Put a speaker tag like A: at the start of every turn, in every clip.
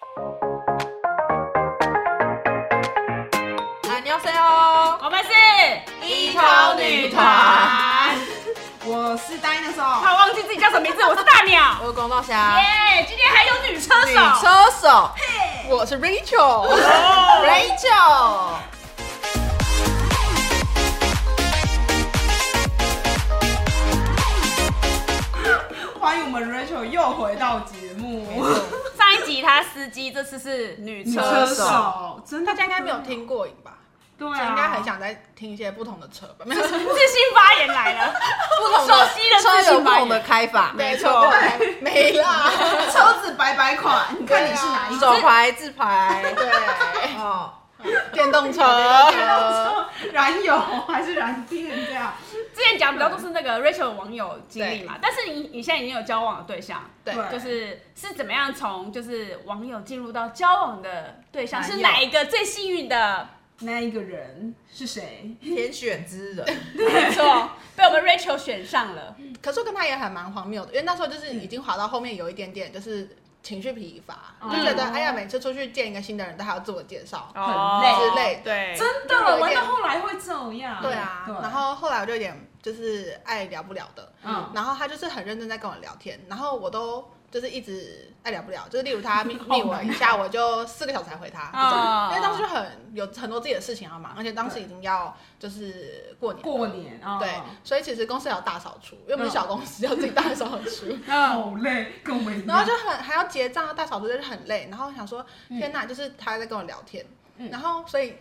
A: 哦
B: 团，
C: 我是 dinosaur，
B: 他忘记自己叫什么名字，我是大鸟。
A: 我是广告侠，
B: 耶，今天还有女车
A: 女
B: 手。
A: 车手
C: 我是 Rachel。
A: Rachel。
C: 欢迎我们 Rachel 又回到节目，
B: 上一集他司机，这次是女
C: 女
B: 车
C: 车
B: 手。
C: 手，真的
A: 大家应该没有，听过瘾吧？
C: 对
A: 就
C: 啊，
A: 应该很想再听一些不同的车吧？没有，
B: 自信发言来 了，
A: 不同
B: 熟
A: 的
B: 悉的
A: 车
B: 自
A: 有
B: 信
A: 不
B: 发
A: 同的
B: 言。
A: 开法，
B: 没错
A: 对，没啦，
C: 啊车子白白款，你看你是哪一种？
A: 手牌、自牌，
B: 对，
A: 哦，电动车，
C: 燃油还是燃电这样？
B: 之前讲比较都是那个 Rachel 的网友经历嘛，但是你你现在已经有交往的对象，
A: 对
C: 对
B: 就是是怎么样从就是网友进入到交往的对象，
C: 男友
B: 是哪一个最幸运的？
C: 那一个人是谁？
A: 天选之人。
B: 没错，被我们 Rachel 选上了。
A: 可是我跟他也还蛮荒谬的，因为那时候就是已经滑到后面有一点点就是情绪疲乏，就觉得
B: 嗯
A: 哎呀，每次出去见一个新的人都还要自我介绍，
B: 哦
C: 累
A: 之类
B: 对，
C: 真
A: 就有
C: 的，
A: 一
C: 玩
A: 点
C: 到后来会这样。
A: 对啊，然后后来我就有点就是爱聊不聊的，
C: 嗯
A: 然后他就是很认真在跟我聊天，然后我都就是一直爱聊不聊，就是例如他密密我一下，我就四个小时才回他，
C: 嗯
B: 啊
A: 哎因为当时就很有很多自己的事情要忙，而且当时已经要就是过年了
C: 过。年啊，
A: 对，所以其实公司也要大扫除，因为我们是小公司，要自己大扫除，
B: 嗯，
C: 好累，跟我们一样。
A: 然后就很还要结账，大扫除就是很累。然后想说，天哪，就是他在跟我聊天，
B: 嗯
A: 然后所以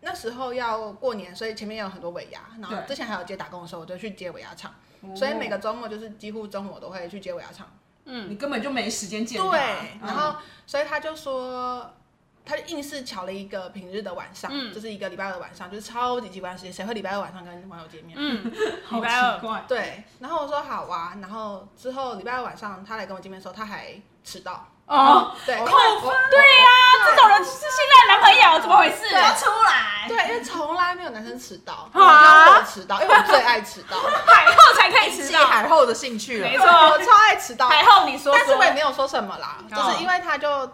A: 那时候要过年，所以前面也有很多尾牙，然后
C: 对
A: 之前还有接打工的时候，我就去接尾牙场，
C: 哦
A: 所以每个周末就是几乎中午我都会去接尾牙场。
B: 嗯，
C: 你根本就没时间见他。
A: 对，
C: 嗯
A: 然后所以他就说，他就硬是巧了一个平日的晚上，
B: 嗯
A: 就是一个礼拜二的晚上，就是超级奇怪的时间，谁会礼拜二晚上跟网友见面？
B: 嗯，
C: 好
B: 礼拜二
C: 奇怪，哦
A: 对，然后我说好啊，然后之后礼拜二晚上他来跟我见面的时候，他还迟到，
B: 哦，
A: 对，
B: 扣
A: 我
B: 分，对呀，这种人是现在男朋友，怎么回事？
A: 对
B: 出来，
A: 对，因为从来没有男生迟到，只有
B: 啊
A: 我迟到，因为我最爱迟 到，
B: 海后才可以迟
D: 继
B: 到，
D: 海后的兴趣了
B: 没。
A: 对
B: 错
A: 我超爱迟到，
B: 海后你说
A: 但是
B: 说
A: 我，也没有说什么啦，就
B: 哦
A: 是因为他就。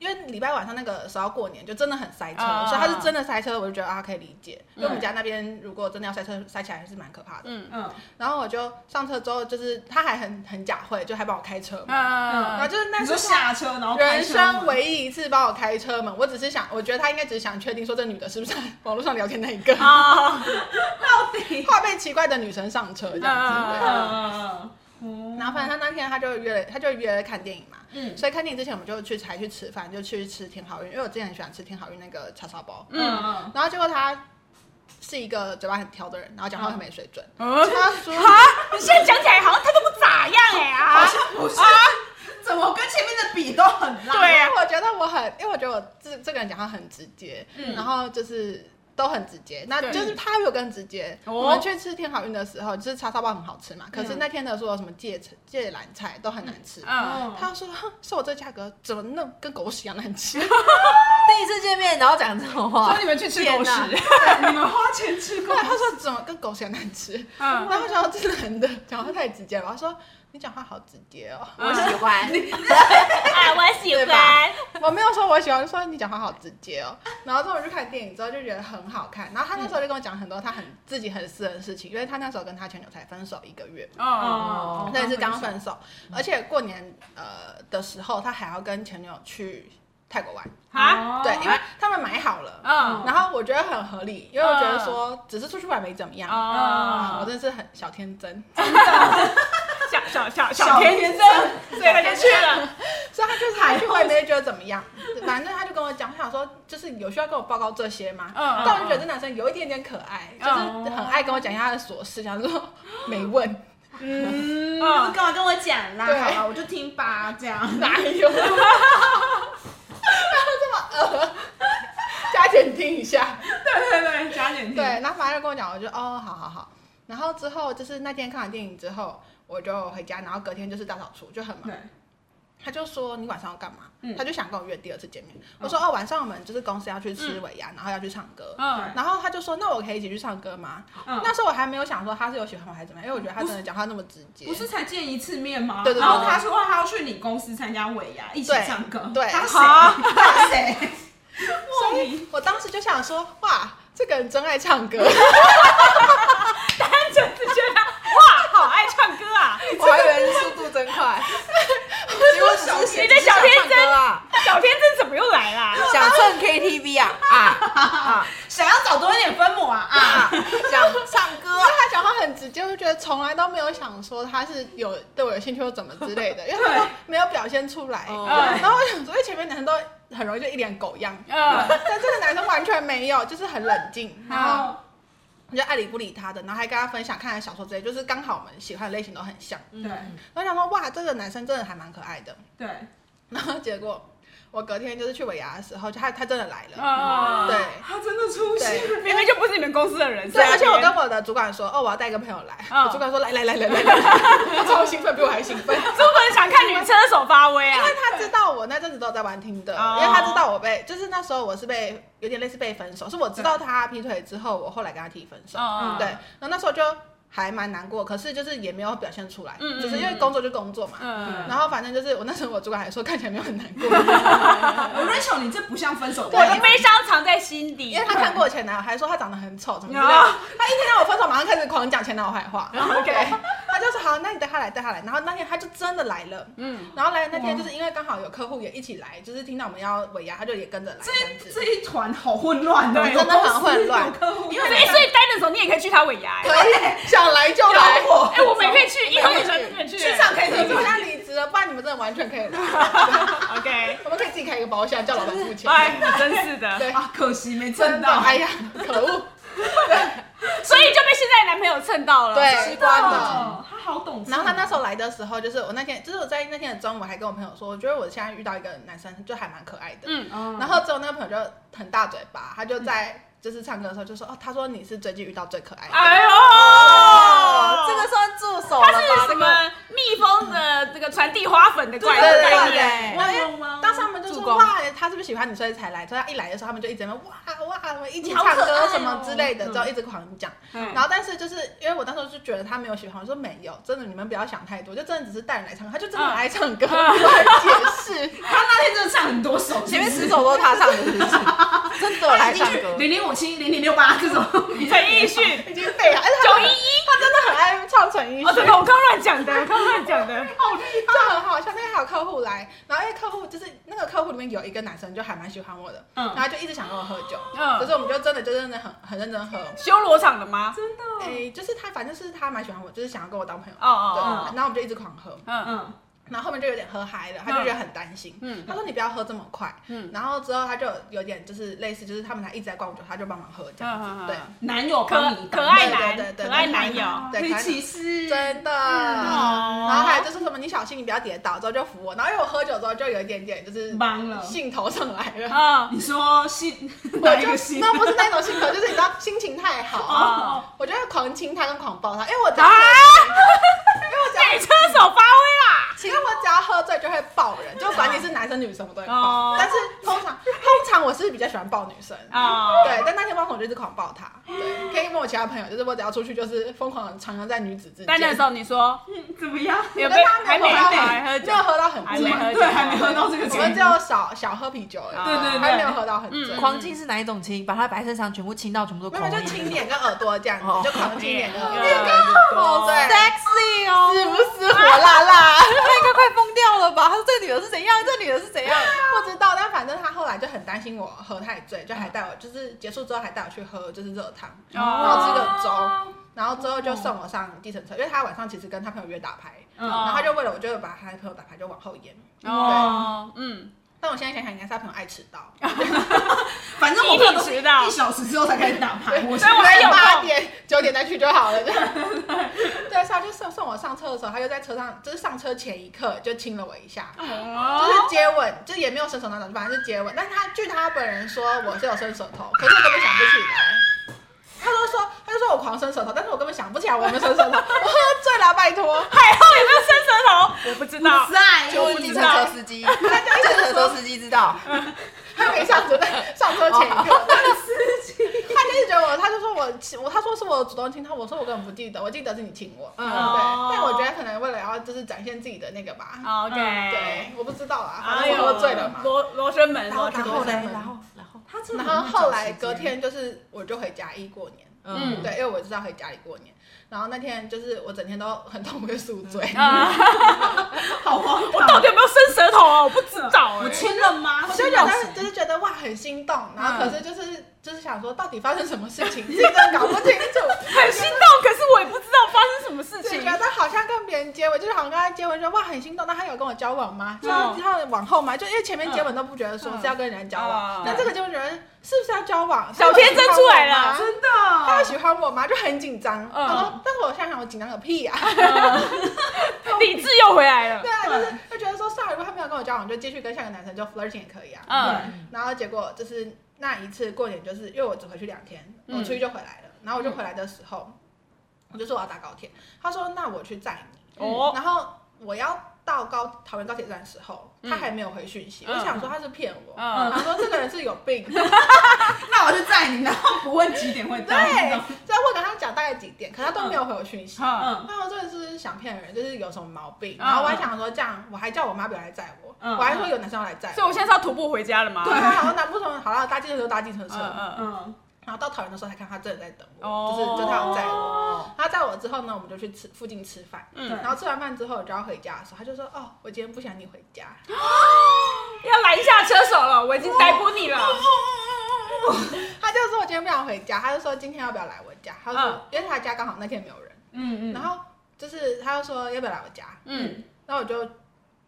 A: 因为礼拜晚上那个时候过年就真的很塞车，
B: 哦
A: 所以他是真的塞车，我就觉得啊可以理解。因为我们
C: 嗯
A: 家那边如果真的要塞车，塞起来还是蛮可怕的。
B: 嗯
C: 嗯，
A: 然后我就上车之后，就是他还很很假会，就还帮我开车门，然后
B: 嗯，
A: 啊就是那
C: 你
A: 时
C: 说
A: 候
C: 下车，然后开
A: 人
C: 车
A: 生
C: 门
A: 唯一一次帮我开车门，我只是想，我觉得他应该只是想确定说这女的是不是在网络上聊天那一个，
B: 啊，
C: 到底，
A: 怕被奇怪的女生上车这样子。
B: 嗯
A: 对啊
C: 嗯嗯嗯，
A: 然后反正他那天他就约了，他就约了看电影嘛，
C: 嗯
A: 所以看电影之前我们就去才去吃饭，就去吃天好运，因为我之前很喜欢吃天好运那个叉烧包，
C: 嗯嗯，
A: 然后结果他是一个嘴巴很挑的人，然后讲话很没水准，
B: 嗯
A: 他说
B: 啊，你现在讲起来好像他都不咋样哎啊，
C: 不是，怎么跟前面的比都很烂？
B: 对啊
A: 我觉得我很，因为我觉得我这这个人讲话很直接，然后就是都很直接，那
B: 对
A: 就是他比我更直接。
B: 哦
A: 我们去吃天好运的时候，就是叉烧包很好吃嘛，可是那天的说有什么芥菜、芥蓝菜都很难吃。
B: 嗯，
A: 他说：“哼，是我这价格怎么那么跟狗屎一样难 吃？
D: 第一次见面，然后讲这种话，
C: 你们去吃
D: 狗食
C: 对，你们花钱吃狗
A: 对，他说怎么跟狗屎一样难吃？
B: 嗯
A: 然后我想到这男的讲话太直接了，他说你讲话好直接哦。
D: 我喜 欢。
B: 哎，嗯我喜
A: 对
B: 欢
A: 吧，我没有说我喜欢，说你讲话好直接哦。然后之后我去看电影之后就觉得很好看，然后他那时候就跟我讲很多他很自己很私人的事情，因为他那时候跟他前女友才分手一个月，
B: 哦，
A: 那也是刚分手，嗯而且过年呃的时候他还要跟前女友去泰国玩，
B: 啊，
A: 对，因为他们买好了，
B: 嗯，
A: 然后我觉得很合理，因为我觉得说只是出去玩没怎么样，嗯
B: 哦，
A: 我真的是很小天真，
B: 小小小
C: 小天真，
B: 所以他就去了，
A: 所以他就是还去我也没觉得怎么样， 反正他就跟我讲，他想说就是有需要跟我报告这些吗？
B: 嗯
A: 但我就觉得这男生有一点点可爱，就是很爱跟我讲一下他的琐事，想说哦没问哎
C: 嗯，
B: 嗯
C: 干嘛跟我讲啦？
A: 对
C: 好 了，我就听吧，这样。
A: 哪有，不要这么呃， 加减听一下。
C: 对对对，加点听。
A: 对，然后反正就跟我讲，我就哦，好好好。然后之后就是那天看完电影之后，我就回家，然后隔天就是大扫除，就很忙。
C: 对，
A: 他就说你晚上要干嘛？
C: 嗯
A: 他就想跟我约第二次见面。我说哦，晚上我们就是公司要去
C: 嗯
A: 吃尾牙，然后要去唱歌。
B: 嗯，
A: 然后他就说：“那我可以一起去唱歌吗？”
C: 嗯
A: 那时候我还没有想说他是有喜欢我还是怎么样，因为我觉得他真的讲话那么直接。
C: 不是才见一次面吗？
A: 对对对
C: 然后他说他要去你公司参加尾牙，一起
A: 对
C: 唱歌。
A: 对
C: 他谁？
B: 好
C: 他谁？莫 名
A: 我当时就想说，哇，这个人真爱唱歌，
B: 就是觉得哇，好爱唱歌啊！
D: 我还以为是速度真快，结果只是
B: 你的小
D: 只
B: 天
D: 是
B: 真
D: 想唱歌啊，
B: 小天真怎么又来啦？
D: 想蹭 KTV 啊啊啊
C: 想要找多一点分母啊啊！
D: 啊，想唱歌啊，
A: 他讲话很直接，我就觉得从来都没有想说他是有对我有兴趣或怎么之类的，因为他都没有表现出来。
D: 哦
A: 然后我想说，因为前面男生都很容易就一脸狗样，
C: 呃
B: 嗯，
A: 但这个男生完全没有，就是很冷静，然后
C: 好，
A: 我就爱理不理他的，然后还跟他分享看的小说之类，就是刚好我们喜欢的类型都很像。
B: 嗯
C: 对
A: 然后想说，哇，这个男生真的还蛮可爱的。
C: 对，
A: 然后结果我隔天就是去尾牙的时候，就他他真的来
C: 哦
A: 了，
B: 嗯，
A: 对。
C: 他真的出现了，
B: 明明就不是你们公司的人，
A: 对，
B: 是
A: 而且我
B: 别人
A: 跟我的主管说，哦，我要带一个朋友来。
B: 嗯
A: 我主管说，来来来来来来， 他超兴奋，比我还兴奋，因
B: 朱本想看女车手发威啊
A: 为，他知道我那阵子都有在玩听的，
B: 哦
A: 因为他知道我被，就是那时候我是被有点类似被分手，是我知道他劈腿之后，我后来跟他提分手。
B: 嗯
A: 对，，然后那时候就还蛮难过，可是就是也没有表现出来，
B: 嗯嗯
A: 就是因为工作就工作嘛。
B: 嗯，
A: 然后反正就是我那时候我主管还说看起来没有很难过，
C: Rachel，你这不像分手
A: 对
B: 我
C: 官，
B: 的悲伤藏在心底
A: 因为。他看过我前男友，还说他长得很丑，怎么之类
B: 啊
A: 的。他一听到我分手，马上开始狂讲前男友坏话。对，他就说好，那你带他来，带他来。然后那天他就真的来了，
B: 嗯，
A: 然后来的那天就是因为刚好有客户也一起来，就是听到我们要尾牙，他就也跟着来。这样
C: 这
A: 子
C: 这一团好混乱哦，
B: 对
C: 有
A: 真的很
C: 公司
A: 混乱
C: 有客户，
A: 因
B: 所
A: 为
B: 以所以待的时候你也可以去他尾牙，哎，
A: 可以想来就来，
C: 有我
B: 哎我们也可以去，以后女生都可以去，
C: 去上
A: 可
C: K
A: 以
C: T
A: 我
C: V，
A: 想离职了，不然你们真的完全可以来。
B: ，OK，
A: 我们可以自己开一个包厢，叫老板付钱。
B: 哎，真是的，
A: 对
C: 啊，可惜没
A: 真
C: 蹭
A: 的，
C: 到，
A: 哎呀，可恶！
B: 所以就被现在的男朋友蹭到了，
A: 对
D: 吃瓜的，
C: 哦，他好懂事。
A: 然后他那时候来的时候，就是我那天，就是我在那天的中午还跟我朋友说，我觉得我现在遇到一个男生就还蛮可爱的。
B: 嗯，
C: 嗯，
A: 然后之后那个朋友就很大嘴巴，他就在就是唱歌的时候就说，哦，他说你是最近遇到最可爱的。
B: 哎呦，
D: 哦，这个算助手了
B: 它
D: 吧？
B: 是
D: 这
B: 什
D: 个
B: 么蜜蜂的这个传递花粉的
A: 对
B: 怪
A: 对
B: 概
A: 对
B: 念？
D: 对
A: 然后因为
C: 汪汪汪
A: 当时他们就
D: 助
A: 说
D: 攻
A: 哇，他是不是喜欢你，所以才来？所以他一来的时候，他们就一直在那边哇哇，我们一起
B: 你好
A: 唱
B: 可爱
A: 歌
B: 哦
A: 什么之类的，
B: 嗯
A: 之后一直狂讲。然后但是就是因为我当时就觉得他没有喜欢，我说没有，真的你们不要想太多，就真的只是带人来唱歌，他就真的很爱唱歌，
B: 嗯
A: 我很 解释。
C: 他那天真的唱很多首，
D: 前面十首都是他唱的，是不是？真的来唱 歌，
C: 零零五七、零零六八这种，
B: 陈奕迅、
A: 已经废了，而且
B: 九
A: 他
B: 一
A: 真
B: 一，
A: 的很爱唱陈奕迅，
B: 哦，真的，我刚乱讲的，我刚乱讲的，
A: 就很好笑。那天还有客户来，然后因为客户就是那个客户里面有一个男生就还蛮喜欢我的，
B: 嗯
A: 然后就一直想跟我喝酒，
B: 嗯
A: 可是我们就真的就真的很很认真喝，
B: 修罗场的吗？
C: 真的，
A: 哎、就是他反正是他蛮喜欢我，就是想要跟我当朋友，
B: 哦
A: 对，
B: 哦哦，
A: 然后我们就一直狂喝，
B: 嗯
C: 嗯，
A: 然后后面就有点喝嗨了，他就觉得很担心。
B: 嗯
A: 他说你不要喝这么快，
B: 嗯
A: 然后之后他就有点就是类似，就是他们俩一直在灌我酒，他就帮忙喝这样子，
B: 嗯嗯嗯
A: 对，
C: 男友
B: 可
C: 帮你
B: 哦可
C: 当
B: 爱
A: 对对
B: 男，
A: 对对
B: 可爱男友，
A: 对
C: 黑骑士，
A: 真的。
B: 哦
A: 然后还有就是什么，你小心，你不要跌倒，之后就扶我。然后因为我喝酒之后就有一点点就是
C: 帮了。
A: 兴头上来了，
B: 嗯，
C: 你说信
A: 我
C: 哪一
A: 就
C: 个信？
A: 那不是那种兴头，就是你知道心情太好，
B: 哦，
A: 我就会狂亲他跟狂抱他，因为我只要
B: 啊，
A: 因为我只要
B: 给车手发啊威
A: 因为我只要喝醉就会抱人，就管你是男生女生我都会
B: 哦
A: 抱。但是通常通常我是比较喜欢抱女生，
B: 啦！哦，
A: 对，但那天汪红就是狂抱她，对，可以问我其他朋友，就是我只要出去就是疯狂地徜徉在女子之间。
B: 但那时候你说
C: 怎么样？
B: 有
A: 我
B: 被
A: 跟他
B: 还
A: 没
B: 没
A: 有喝到
B: 还没喝
A: 很，
B: 酒
A: 没有喝到很
B: 还
A: 醉
B: 没，喝酒
C: 对，还没喝到这个
A: 我
C: 程
A: 们只
C: 度。
A: 有少小喝啤酒而
C: 对对
A: 已，
C: 对
A: 还没有喝到很醉
B: 嗯。
D: 狂亲是哪一种亲？把他的白衬衫全部亲到全部都
A: 没
D: 空
A: 有，就
D: 了
A: 亲脸跟耳朵这样子
D: 哦，
A: 就狂亲脸跟耳朵，
B: 好
A: 对
D: ，sexy 哦，
A: 是不是火辣辣？
D: 他应该快疯掉了吧？他说这个女的是怎样？这个女的是怎样？
A: 不知道，但反正他后来就很担心我喝太醉，就还带我，就是结束之后还带我去喝就是热汤，然后吃个粥，然后之后就送我上计程车，因为他晚上其实跟他朋友约打牌，
C: 嗯
A: 然后他就为了我就把他的朋友打牌就往后延。
B: 哦，嗯，
A: 但我现在想想，应该是他朋友爱迟到，
C: 反正我朋友都是
B: 一定迟到
C: 一小时之后才开始打牌，我
B: 所以我还有
A: 八
B: 空，
A: 点九点再去就好了。这样对，所以他就送送我上车的时候，他就在车上，就是上车前一刻就亲了我一下，就
B: 哦
A: 是接吻，就是也没有伸手那种，反正是接吻。但他据他本人说，我是有伸手头，可是我根本想不起来。他都说，他就说我狂伸手头，但是我根本想不起来我有没有伸手头，我 喝醉了，拜托。
B: 海后有没有伸舌头？我不知道，
C: 在
D: 就问计程车司机，计程车司机知道，
A: 他没上车，但上车前一刻，他的司机，他就是觉得我，他就说我亲我，他说是我主动亲他，我说我根本不记得，我记得是你亲我。
D: 嗯
A: 对，
B: 哦
A: 但我觉得可能为了要就是展现自己的那个吧，
B: OK，
A: 对，，我不知道啊，反
B: 哦哎
A: 正
B: 呦，
A: 我喝醉了嘛。
B: 罗罗生门，
A: 然后
B: 罗生
A: 然后
B: 门
A: 嘞
D: 然后，
C: 他真的
A: 然后
C: 很会
A: 后
C: 找
A: 来
C: 时
A: 隔
C: 间
A: 天就是我就回嘉义过年，
B: 嗯
D: 嗯，
A: 对，因为我知道回家里过年，然后那天就是我整天都很痛苦，就宿醉。
B: 啊，
A: 嗯
C: 好荒唐。
B: 到底有没有伸舌头啊？我不知道
C: 我
B: 哎。
C: 亲了吗？
A: 我就觉
C: 老
A: 得
C: 师
A: 就是觉得哇很心动，然后可
B: 嗯
A: 是就是、就是想说到底发生什么事情，自己真的搞不清楚，
B: 很心动，可是我也不知道发生什么事
A: 就
B: 情。
A: 觉得好像跟别人接吻，就是好像跟他接吻说哇很心动，那他有跟我交往吗？就
B: 嗯
A: 他往后嘛，就因为前面接吻都不觉得说
B: 嗯
A: 是要跟人家交
B: 嗯
A: 往，那、这个就觉得是不是要交往？
B: 小天真出来了
A: 他有喜欢我吗他有喜欢我吗？
C: 真的，
A: 就很紧张。
B: 嗯
A: 他说，但是我现在想，我紧张个屁呀、
B: 理智又回来 了
A: 对。啊，就是就觉得说，算了，如果他没有跟我交往，就继续跟下个男生就 flirting 也可以啊。
B: 嗯，
A: 然后结果就是那一次过年，就是因为我只回去两天，我
B: 嗯
A: 出去就回来了。然后我就回来的时候，我就说我要搭高铁，他说那我去载你。
B: 哦，
A: 然后我要到高桃园高铁站的时候，
B: 嗯
A: 他还没有回讯息，
B: 嗯
A: 我想说他是骗我，
B: 嗯
A: 他说这个人是有 病。
C: 那我就载你，然后不问几点会到。
A: 对，所以我跟他讲大概几点，可他都没有回我讯息。
B: 嗯
C: 嗯，
A: 那我真的是想骗人，就是有什么毛病。
B: 嗯
A: 然后我还想说这样，我还叫我妈不要来载我，
B: 嗯
A: 我还说有男生要来载
B: 所以我现在是要徒步回家了吗？
A: 对，啊然后南部从好了，搭计程车就搭计程车，
B: 嗯嗯，
C: 嗯，
A: 然后到桃园的时候才看他真的在等我，
B: 哦
A: 就是就他有载我。
B: 哦
A: 他载我之后呢，我们就去吃附近吃饭，
B: 嗯
A: 然后吃完饭之后我就要回家的时候，他就说哦，我今天不想你回家，
B: 要拦下车手了，我已经逮捕你了。
A: 他就说我今天不想回家，他就说今天要不要来我家，他就说、
B: 嗯
A: 因为他家刚好那天没有人，
B: 嗯
A: 然后就是他就说要不要来我家，
B: 嗯，
A: 然后我就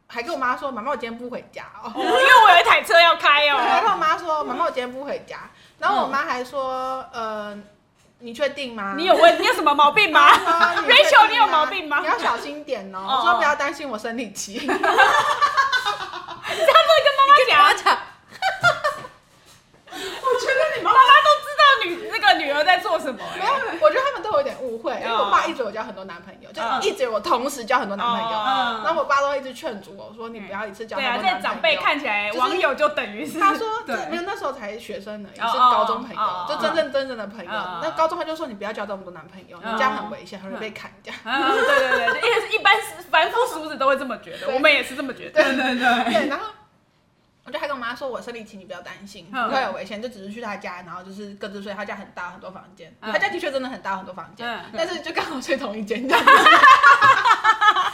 A: 还跟我妈说妈妈我今天不回家哦。
B: 哦因为我有一台车要开
A: 对，然
B: 哦。
A: 后我妈说：“妈妈，我今天不回家。”然后我妈还说：“呃，你确定吗？
B: 你有问你有什么毛病吗？
A: 妈妈
B: Rachel，
A: 确定吗
B: 你有毛病吗
A: 你要小心点哦。”
B: 哦
A: 我说：“不要担心，我生理 期。
B: 他不会跟妈妈讲，
D: 讲，
C: 我觉得你
B: 妈
C: 妈
B: 妈都知道女那个女儿在做什么。”
A: 没有，我觉得他们对我有点误会，因为
B: 哦
A: 我爸一直有交很多男朋友，就
B: 嗯
A: 一直有我同时交很多男朋友。
B: 哦
A: 然后我爸都一直劝阻我说：“你不要一次交
B: 对
A: 很
B: 啊，
A: 多
B: 在
A: 男
B: 长
A: 朋
B: 辈
A: 友。”
B: 看起来，
A: 就是
B: 网友就等于 是
A: 他说：“
C: 对
A: 这没有，那时候才学生而已，
B: 哦
A: 是高中朋
B: 哦
A: 友，就真正真正的朋友。
B: 嗯
A: 那高中他就说你不要交这么多男朋友，你这样很危险，很容易被砍这样。
B: 嗯，对对对，就因为是一 般凡夫俗子都会这么觉得，
A: 对
B: 我们也是这么觉得。
C: 对对对，
A: 对，然后我就还跟我妈说，我生理期你不要担心，
B: 嗯
A: 不会有危险，就只是去她家，然后就是各自睡。她家很大，很多房间，
B: 嗯
A: 她家的确真的很大，很多房间，
B: 嗯
A: 但是就刚好睡同一间。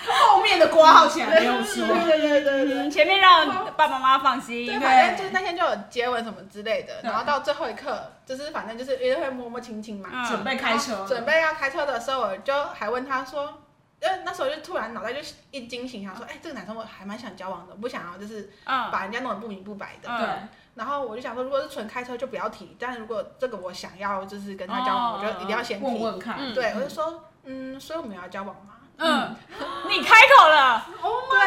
C: 后面的挂号起来没有说
A: 对。对对对对
B: 嗯，前面让爸爸妈妈放心。
A: 对，
C: 对
A: 反正就是那天就有接吻什么之类的，
C: 嗯
A: 然后到最后一刻，就是反正就是也会摸摸亲亲嘛。哦
B: 嗯
C: 准备开车，
A: 准备要开车的时候，我就还问她说。呃，那时候就突然脑袋就一惊醒，想说，哎、这个男生我还蛮想交往的，不想要就是
B: 嗯，
A: 把人家弄得不明不白的。
B: 嗯
C: 对，
A: 然后我就想说，如果是纯开车就不要提，但如果这个我想要就是跟他交
B: 哦
A: 往，我觉得一定要先提。
C: 问问看，
B: 嗯
A: 对，我就说，嗯，所以我们要交往吗？
B: 嗯，你开口了，
A: 对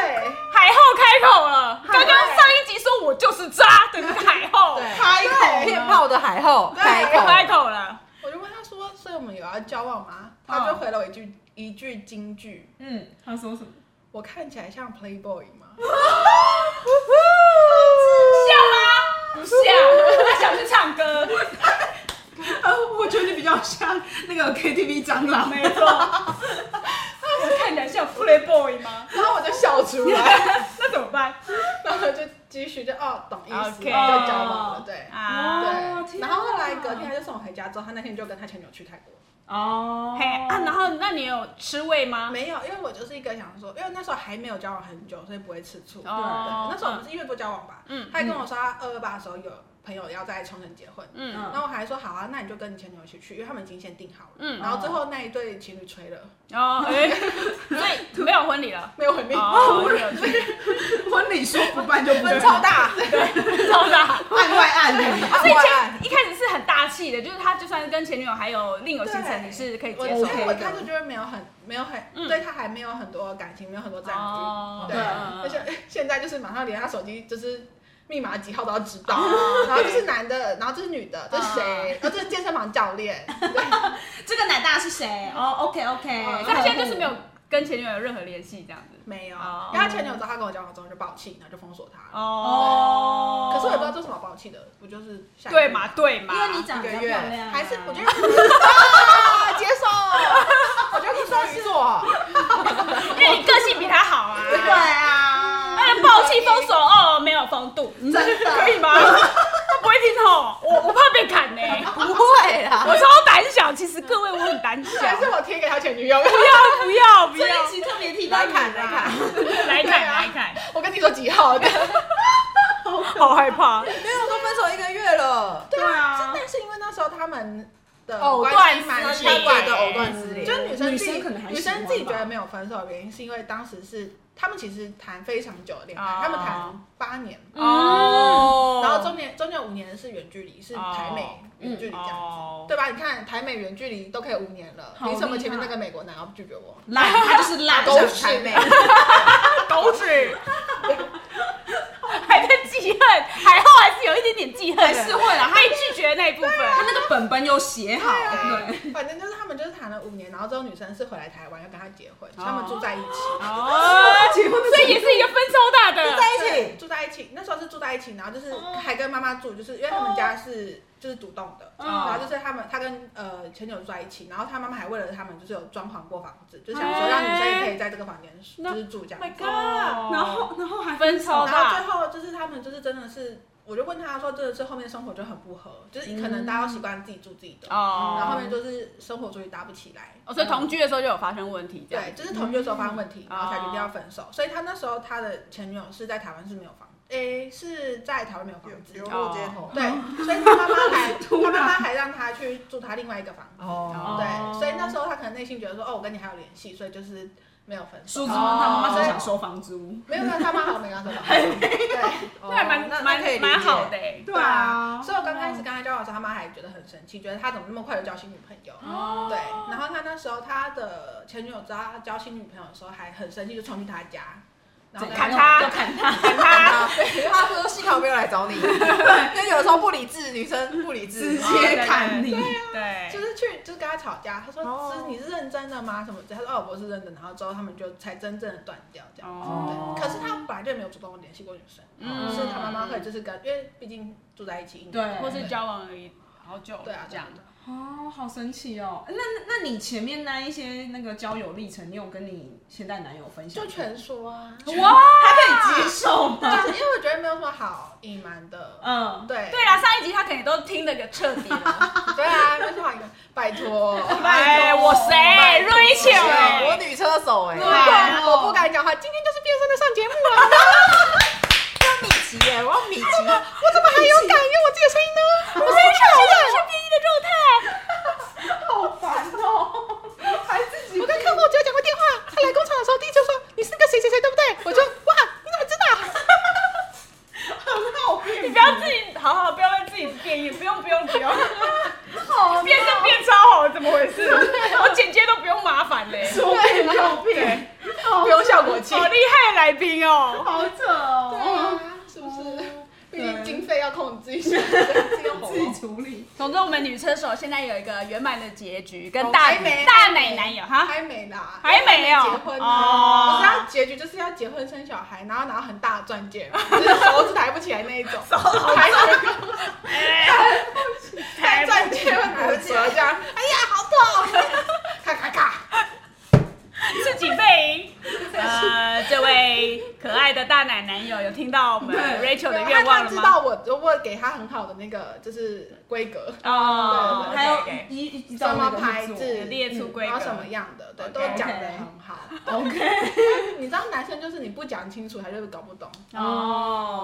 B: 海后开口了。刚刚上一集说我就是渣的那个海后，
A: 对，
C: 开口
D: 骗
C: 呢，
D: 炮的海后，
A: 对
D: 海
B: 又开
D: 口，
B: 口了。
A: 我就问他说，所以我们有要交往吗？他就
B: 嗯
A: 回了我一句一句金句，
C: 嗯，他说什么？
A: 我看起来像 playboy 吗？
B: 像吗？不像，他想去唱歌。
C: 呃，我觉得你比较像那个 KTV 蟑螂，
B: 没错，我看起来像 Playboy 吗？
A: 然后我就笑出 来，
B: 那怎么办？
A: 然后就继续就哦，懂意思
B: OK
A: 就交往了，对。
B: 啊，
C: 哦
A: 对，
C: 天哪
A: 然后后来隔天他就送我回家，之后他那天就跟他前女友去泰国。
C: 哦，
B: 嘿啊，然后那你有吃味吗？
A: 没有，因为我就是一个想说，因为那时候还没有交往很久，所以不会吃醋。
B: 哦
A: 对，那时候我们是一月多交往吧。
B: 嗯
A: 他还跟我说他二二八的时候有朋友要在冲绳结婚，
B: 嗯
C: 嗯
A: 然后我还说好啊，那你就跟你前女友一起去，因为他们已经先订好了。
B: 嗯
A: 然后最后那一对情侣吹了，
B: 哦，哎， 所以没有婚礼了。
A: 没有很命，
B: 哦，有趣
C: 婚礼说不办就不
A: 分
C: 办，
A: 超 大，
B: 超大。
C: 案外案里。
B: 哦所以
A: 外
B: 前
A: 案
B: 一开始是很大气的，就是他就算是跟前女友还有另有行程，你是可以
A: 我
B: 接
A: 因
B: 受
C: 对
B: 的。
A: 为我
C: OK 的
A: 开始就是没有很没有很、
B: 嗯
A: 对他还没有很多感情，没有很多占据，
B: 哦
A: 对，啊
C: 对
A: 而且现在就是马上连他手机就是。密码几号都要知道，
B: 哦
A: 然后这是男的，然后这是女的，这
B: 嗯
A: 是谁？然后这是健身房教练，
C: 这个奶大是谁？哦，OK OK，
A: 哦
B: 所以他现在就是没有跟前女友有任何联系这样子。
A: 没有
B: 哦，
A: 因为他前女友知道他跟我交往之后就爆气，然后就封锁他。
B: 哦，
A: 可是我也不知道这是什么爆气的，不就是下一个
B: 对嘛对嘛，
D: 因为你长
A: 一
D: 得
A: 个
D: 比较
A: 月
D: 漂亮啊，
A: 还是我觉得 啊接受，我觉得你双鱼座，
B: 因为你个性比他好 啊。
D: 对啊，
B: 哎，暴气封锁哦，没有风度，
D: 真的
B: 可以吗？他不会听吼，我我怕被砍呢、
D: 不会啦，
B: 我超胆小，其实各位我很胆小。啊
A: 还是我贴给他前女友。
B: 不要不
C: 这
B: 要
C: 一，期特别提到
D: 来
C: 你啊
D: 看来，看，
B: 来看来看，
A: 我跟你说几号的？
B: 好害怕。
D: 没有都分手一个月了，
C: 对啊
A: 但是因为那时候他们的
B: 藕
A: 关
B: 断
A: 系
B: 丝
A: 蛮
B: 连
A: 奇怪
D: 的
A: 的，
D: 藕断丝连
A: 就。是女生自己
C: 女生可能还
A: 女
C: 喜欢
A: 生
C: 吧
A: 自己觉得没有分手的原因，是因为当时是他们其实谈非常久的恋爱，
C: 啊
B: 哦
A: 他们谈八年，
B: 哦
A: 嗯然后中间中间五年是远距离，是台美远距离这样。
B: 哦，
A: 对吧？你看台美远距离都可以五年了，
B: 好
A: 凭什么
B: 厉
A: 前面那
B: 害
A: 个美国男要拒绝我？
C: 烂，他就是烂，
A: 狗
D: 都
A: 屎
D: 是妹，
B: 狗屎， 还在记恨，海后还是有一点点记恨的，
C: 啊还啊是会啦，
B: 被拒绝的那一部
C: 他
B: 分。
C: 那个本本有写好，对，
A: 反正就是他们就是谈了五年，然后之后女生是回来台湾要跟他结婚，所以他们住在一起。
B: 哦，
C: 结婚
B: 这也是一个分手大的。
D: 在一起
A: 对，住在一起，那时候是住在一起，然后就是
B: 哦
A: 还跟妈妈住，就是因为他们家是就是独栋的，
B: 哦
A: 然后就是他们他跟呃前女友住在一起，然后他妈妈还为了他们就是有装潢过房子，就想说让女生也可以在这个房间
B: 啊那
A: 就是住这样
B: My
A: 子。
B: God，
C: 然后然后还
B: 分手
A: 然后
B: 大
A: 最后就是他们就是真的是，我就问他说，真的是后面生活就很不合，就是可能大家都习惯自己住自己的，
B: 哦
A: 然后后面就是生活终于搭不起来。
B: 哦，所以同居的时候就有发生问题，这样
A: 对，就是同居的时候发生问题
B: 嗯，
A: 然后才决定要分手。所以他那时候他的前女友是在台湾是没有房，诶，是在台湾没有房子。
D: 流
B: 有
D: 落街头。
A: 对，所以他妈妈还他
C: 哦突
A: 妈
C: 然
A: 妈还让他去住他另外一个房子。
D: 哦，
B: 哦
A: 对，所以那时候他可能内心觉得说，哦，我跟你还有联系，所以就是没有分手
C: 叔叔。
B: 哦
C: 他妈妈只想收房租，
A: 没有没有，他妈好像没跟他说分手。对。哦
B: 对，蛮
D: 那那可
B: 蛮
D: 以理解
B: 蛮好的。欸。
C: 对
A: 对
C: 啊，
A: 所以我刚开始跟他交往的时候，他妈还觉得很
B: 嗯
A: 生气，觉得他怎么那么快就交新女朋友。
B: 哦
A: 对，然后他那时候他的前女友知道他交新女朋友的时候，还很生气，就冲去他家，然后跟
B: 砍
A: 他
B: 他，
C: 就砍
B: 他，砍他，
D: 他说幸好没有来找你，因为有时候不理智，女生不理
C: 直
D: 智，
C: 接砍你，
B: 对，
A: 就是去就是跟他吵架，他说：“
D: 哦
A: 是你是认真的吗？什么之类的？”他说：“哦，我是认真的。”然后之后他们就才真正的断掉这样。
B: 哦
A: 对，可是他本来就没有主动联系过女生，
B: 嗯
A: 是他妈妈会就是跟，因为毕竟住在一起一年，
C: 对
B: 或是交往而已，好久
A: 对啊
B: 这样。。
C: 哦，好神奇哦！那那你前面那一些那个交友历程，你有跟你现在男友分享
A: 就
C: 吗？
A: 全说啊，就
B: 哇，
C: 他可以接受吗？
A: 啊是因为我觉得没有什么好隐瞒的，
C: 嗯，
A: 对
B: 对啦，上一集他肯定都听得个彻底 了。
A: 对啊，没什么好隐瞒，拜托，
B: 哎，我谁？
A: 拜托
B: 瑞秋，
D: 我女车手哎，
C: 对
A: 对，我不敢讲话，今天就是变身的上节目了，
D: 米奇哎，我要米奇，
A: 我怎么还有敢用我自己的声音呢？我是
B: 是变异的状态。
C: 好烦哦，还自己
A: 我跟客户只有讲过电话，他来工厂的时候第一次说你是那个谁谁谁，对不对？我就哇，你怎么知道？
C: 很好骗
B: 你
C: 人
B: 不要自己，好好，不要让自己变异，不用不用不用，
C: 好
B: 变身变超好，怎么回事？我剪接都不用麻烦嘞，
C: 左骗右骗，
A: 不用效果器
B: 好厉害的来宾哦。
C: 好扯哦，，
A: 是不是？啊毕
C: 对
A: 竟 经费要控制一下，这个喉
C: 自己
A: 咙。
C: 处理。
B: 总之，我们女车手现在有一个圆满的结局，跟
A: 哦
B: 大
A: 还没
B: 大美男友哈。
A: 还没啦，
B: 还没哦
A: 还结婚呢。啊
B: 哦
A: 我知道结局就是要结婚生小孩，然后拿很大的钻戒，就是手指抬不起来那一种，还有一个
B: 才
A: 钻戒会骨折这样，哎呀，好痛！咔咔咔，
B: 自己背影。呃，这位可爱的大奶男友有听到我们
C: 对
B: Rachel 的
A: 他
B: 愿望
A: 他
B: 了
A: 知
B: 吗？
A: 道我我我给他很好的那个就是规格，
B: 哦，
A: 对
C: 还有
B: OK，OK
C: 一一一
A: 什
C: 照
A: 么
C: 那个
A: 牌子
C: 去
A: 嗯
C: 做，
B: 列出规
A: 然后
B: 格
A: 什么样的，对，都
B: OK
A: 讲得很好。
C: ，OK，
A: 你知道男生就是你不讲清楚，他就是搞不懂。
C: 哦，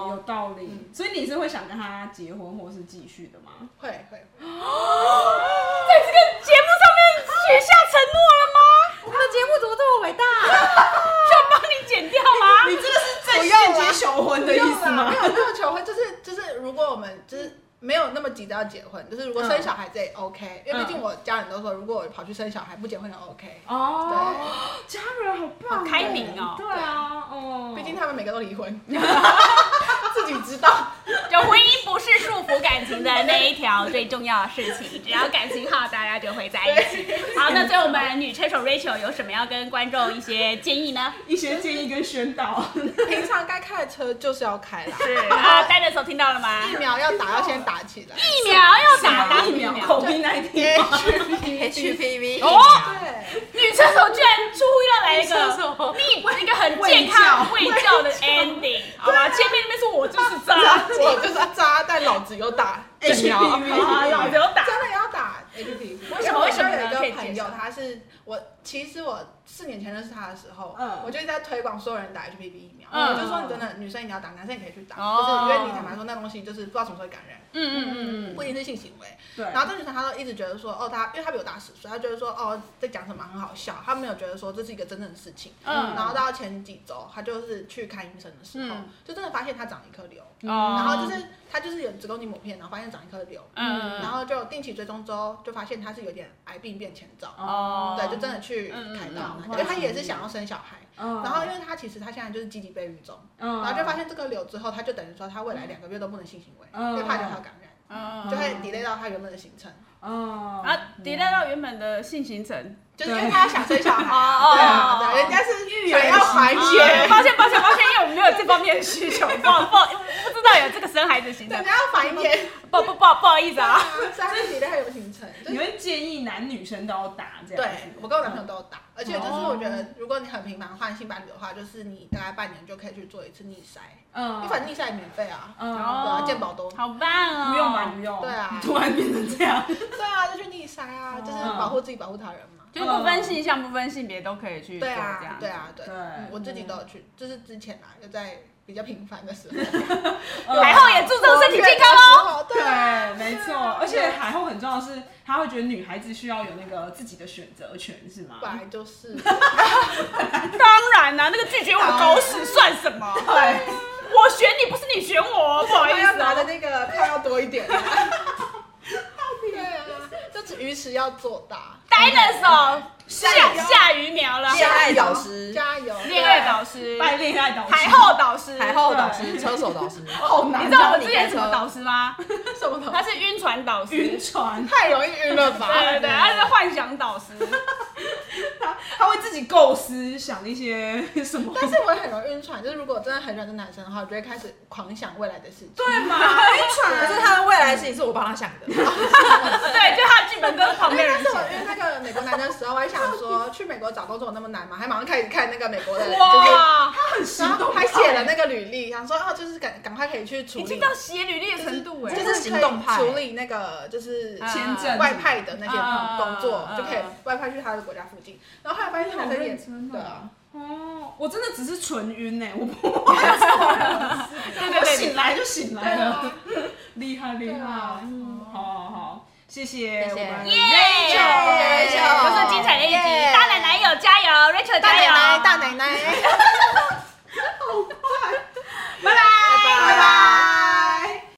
C: 有
B: 哦，
C: 道理。所以你是会想跟他结婚或是继续的吗？
A: 会会，
B: 在这个节目上面许下承诺了吗？
D: 我们的节目怎么这么 伟大？
B: 需要帮你剪掉吗？
C: 你这个是
D: 不要啦
C: 求婚的
A: 没有啦，没有没有求婚，就是就是，如果我们就是没有那么急着要结婚，就是如果生小孩这也 OK，因为毕竟我家人都说，如果我跑去生小孩不结婚就 OK。
C: 哦，
A: 对，
C: 家人好棒哦，
B: 好开明哦
C: 对啊，哦，
A: 毕竟他们每个都离婚， 自己知道。
B: 就婚姻不是束缚感情的那一条最重要的事 情，只要感情好，大家就会在一起。好，那对我们女车手 Rachel 有什么要跟观众一些建议呢？
C: 一些建议跟宣导，
A: 平常该开的车就是要开啦，
B: 是啊，戴的手听到了吗？
A: 疫苗要打要先打起来。
B: 疫苗要打打
C: 疫苗
B: 苗
C: ，COVID 那一
D: HPV
B: 哦。
A: 对。
B: 女厕所居然出了来一
D: 女
B: 个
D: 厕所
B: 逆一个很健康卫教的 ending，好吧？前面那边说我就是渣，
A: 我就是渣，但老子有打
C: HPV
B: 啊，老子有打
A: 真的要打 HPV。
B: 为什
A: 因我就有一
B: 么 为什么呢可以
A: 个
B: 介
A: 朋
B: 绍
A: 友，他是我我其实我四年前认识他的时候，
C: 嗯
A: 我就一直在推广所有人打 HPV 疫苗，
B: 嗯
A: 我就说你真的女生一定要打，男生也可以去打，
B: 哦
A: 就是因为你坦白说那东西就是不知道什么时候会感染，
B: 嗯嗯嗯
A: 不一定是性行为。
C: 对，
A: 然后这女生她都一直觉得说，哦，她因为她比我大十岁，她觉得说，哦，在讲什么很好笑，她没有觉得说这是一个真正的事情。
B: 嗯
A: 然后到前几周，她就是去看医生的时候，
B: 嗯
A: 就真的发现她长了一颗瘤，
B: 嗯，
C: 哦
A: 然后就是她就是有子宫颈抹片，然后发现长一颗瘤，
B: 嗯，
A: 然后就定期追踪之后，就发现她是有点癌病变前兆，
B: 哦
A: 对，就真的去
B: 嗯嗯
A: 开
B: 嗯哦
A: 刀，
C: 嗯
A: 因为她也是想要生小孩。
C: 嗯
A: 然后，因为她其实她现在就是积极备孕中，
C: 嗯
A: 然后就发，现这个瘤之后，她就等于说她未来两个月都不能性行为，
C: 嗯
A: 因为
B: 哦
A: 怕掉她感染，
B: 嗯
A: 就会 delay 到她原本的行程。
C: 嗯
B: 啊，delay 到原本的性行程。
A: 就是因为他想生小孩，
B: 哦
A: 对啊，
B: 哦
A: 对，人家是
C: 预
A: 想要
C: 怀
A: 怀
C: 孕，
B: 哦
A: 孕，
B: 抱歉抱歉抱歉，因为我们没有这方面的需求，不好不好，不知道有这个生孩子行
A: 对，人
B: 程，
A: 家要怀孕，
B: 不不不好不好意思啊。
A: 所以他就离他有行程。就
C: 你
A: 是
C: 会建议男女生都要打这样
A: 对
C: 子？，
A: 我跟我男朋友都有打，而且就是
C: 哦
A: 我觉得，如果你很频繁换性伴侣的话，就是你大概半年就可以去做一次逆筛，
C: 嗯，
A: 因为反正逆筛也免费啊，对
C: 嗯，
A: 啊，
B: 哦
A: 健保都
B: 好棒哦！
C: 不用吧，不用，
A: 对啊
C: 突然变成 这样，
A: 对啊，就去逆筛啊，
B: 嗯
A: 就是保护自己，保护他人嘛。
B: 就是不分性向、不分性别都可以去做
A: 对
B: 这样
A: 啊，
B: 子。
A: 对啊，对
C: 对，
A: 我自己都有去，就是之前啊，就在比较频繁的时候，
B: 海啊后 也注重身体健康哦。
A: 哦， 对啊。
C: 嗯对，没错，而且海后很重要的是，她会觉得女孩子需要有那个自己的选择权，是吗？
A: 本来 就是，
B: 当然啦、那个拒绝我的狗屎算什么？
C: 对，
B: 我选你不是你选我，不好意思、
A: 要拿的
B: 哦。
A: 那个票要多一点、啊。对啊，就是鱼池要做大，
B: Dinosaur 下下鱼苗了，
D: 恋爱导师、
A: 加油！
B: 恋爱导师，
C: 拜恋爱导师
B: 海后导师，
D: 海后导师、车手导师，
C: 好难
B: 你
C: 哦，
B: 知道我之前什么导师吗？
A: 什么
B: 他
A: 的，
B: 是晕船导师，
C: 晕船，
A: 太容易晕了吧？
B: 对对对，他是幻想导师。
C: 她会自己构思想一些什么，
A: 但是我很容易晕船，就是如果真的很喜欢这男生的话，我就会开始狂想未来的事情。
C: 对嘛？晕
B: 啊
D: 可是他的未来事情是我帮他想的，
B: 对，就他的剧本跟旁边
A: 但
B: 人
A: 是我
B: 写。
A: 晕那个美国男的时候，我还想说去美国找工作那么难吗？还马上开始看那个美国的，就是
B: 哇，
C: 很心
A: 然后
C: 动，
A: 还写了那个履历，想说哦，就是赶赶快可以去处
B: 已经
A: 理，
B: 到写履历的程度哎、
D: 就
A: 就是是
D: 就是行动派
A: 可以处理那个就是
B: 啊
C: 签证
A: 外派的那些
B: 啊
A: 工作
B: 啊啊，
A: 就可以外派去他的国家附近。然后后来发现他在演
C: 好认真哦
A: 对啊，
C: 哦，我真的只是纯晕呢，我不，
B: 对对
C: 我
B: 对，
C: 醒来就醒来了，厉害厉
A: 啊对
C: 害，
A: 啊
C: 嗯，好好好，谢谢
D: 谢谢
C: 我们
B: 耶
C: Rachel，
B: 又是精彩的一集，
A: 耶
B: 大奶奶有加油，Rachel
A: 大
B: 加
A: 奶
B: 油，
A: 奶，大奶奶，
C: 拜拜
A: 拜拜。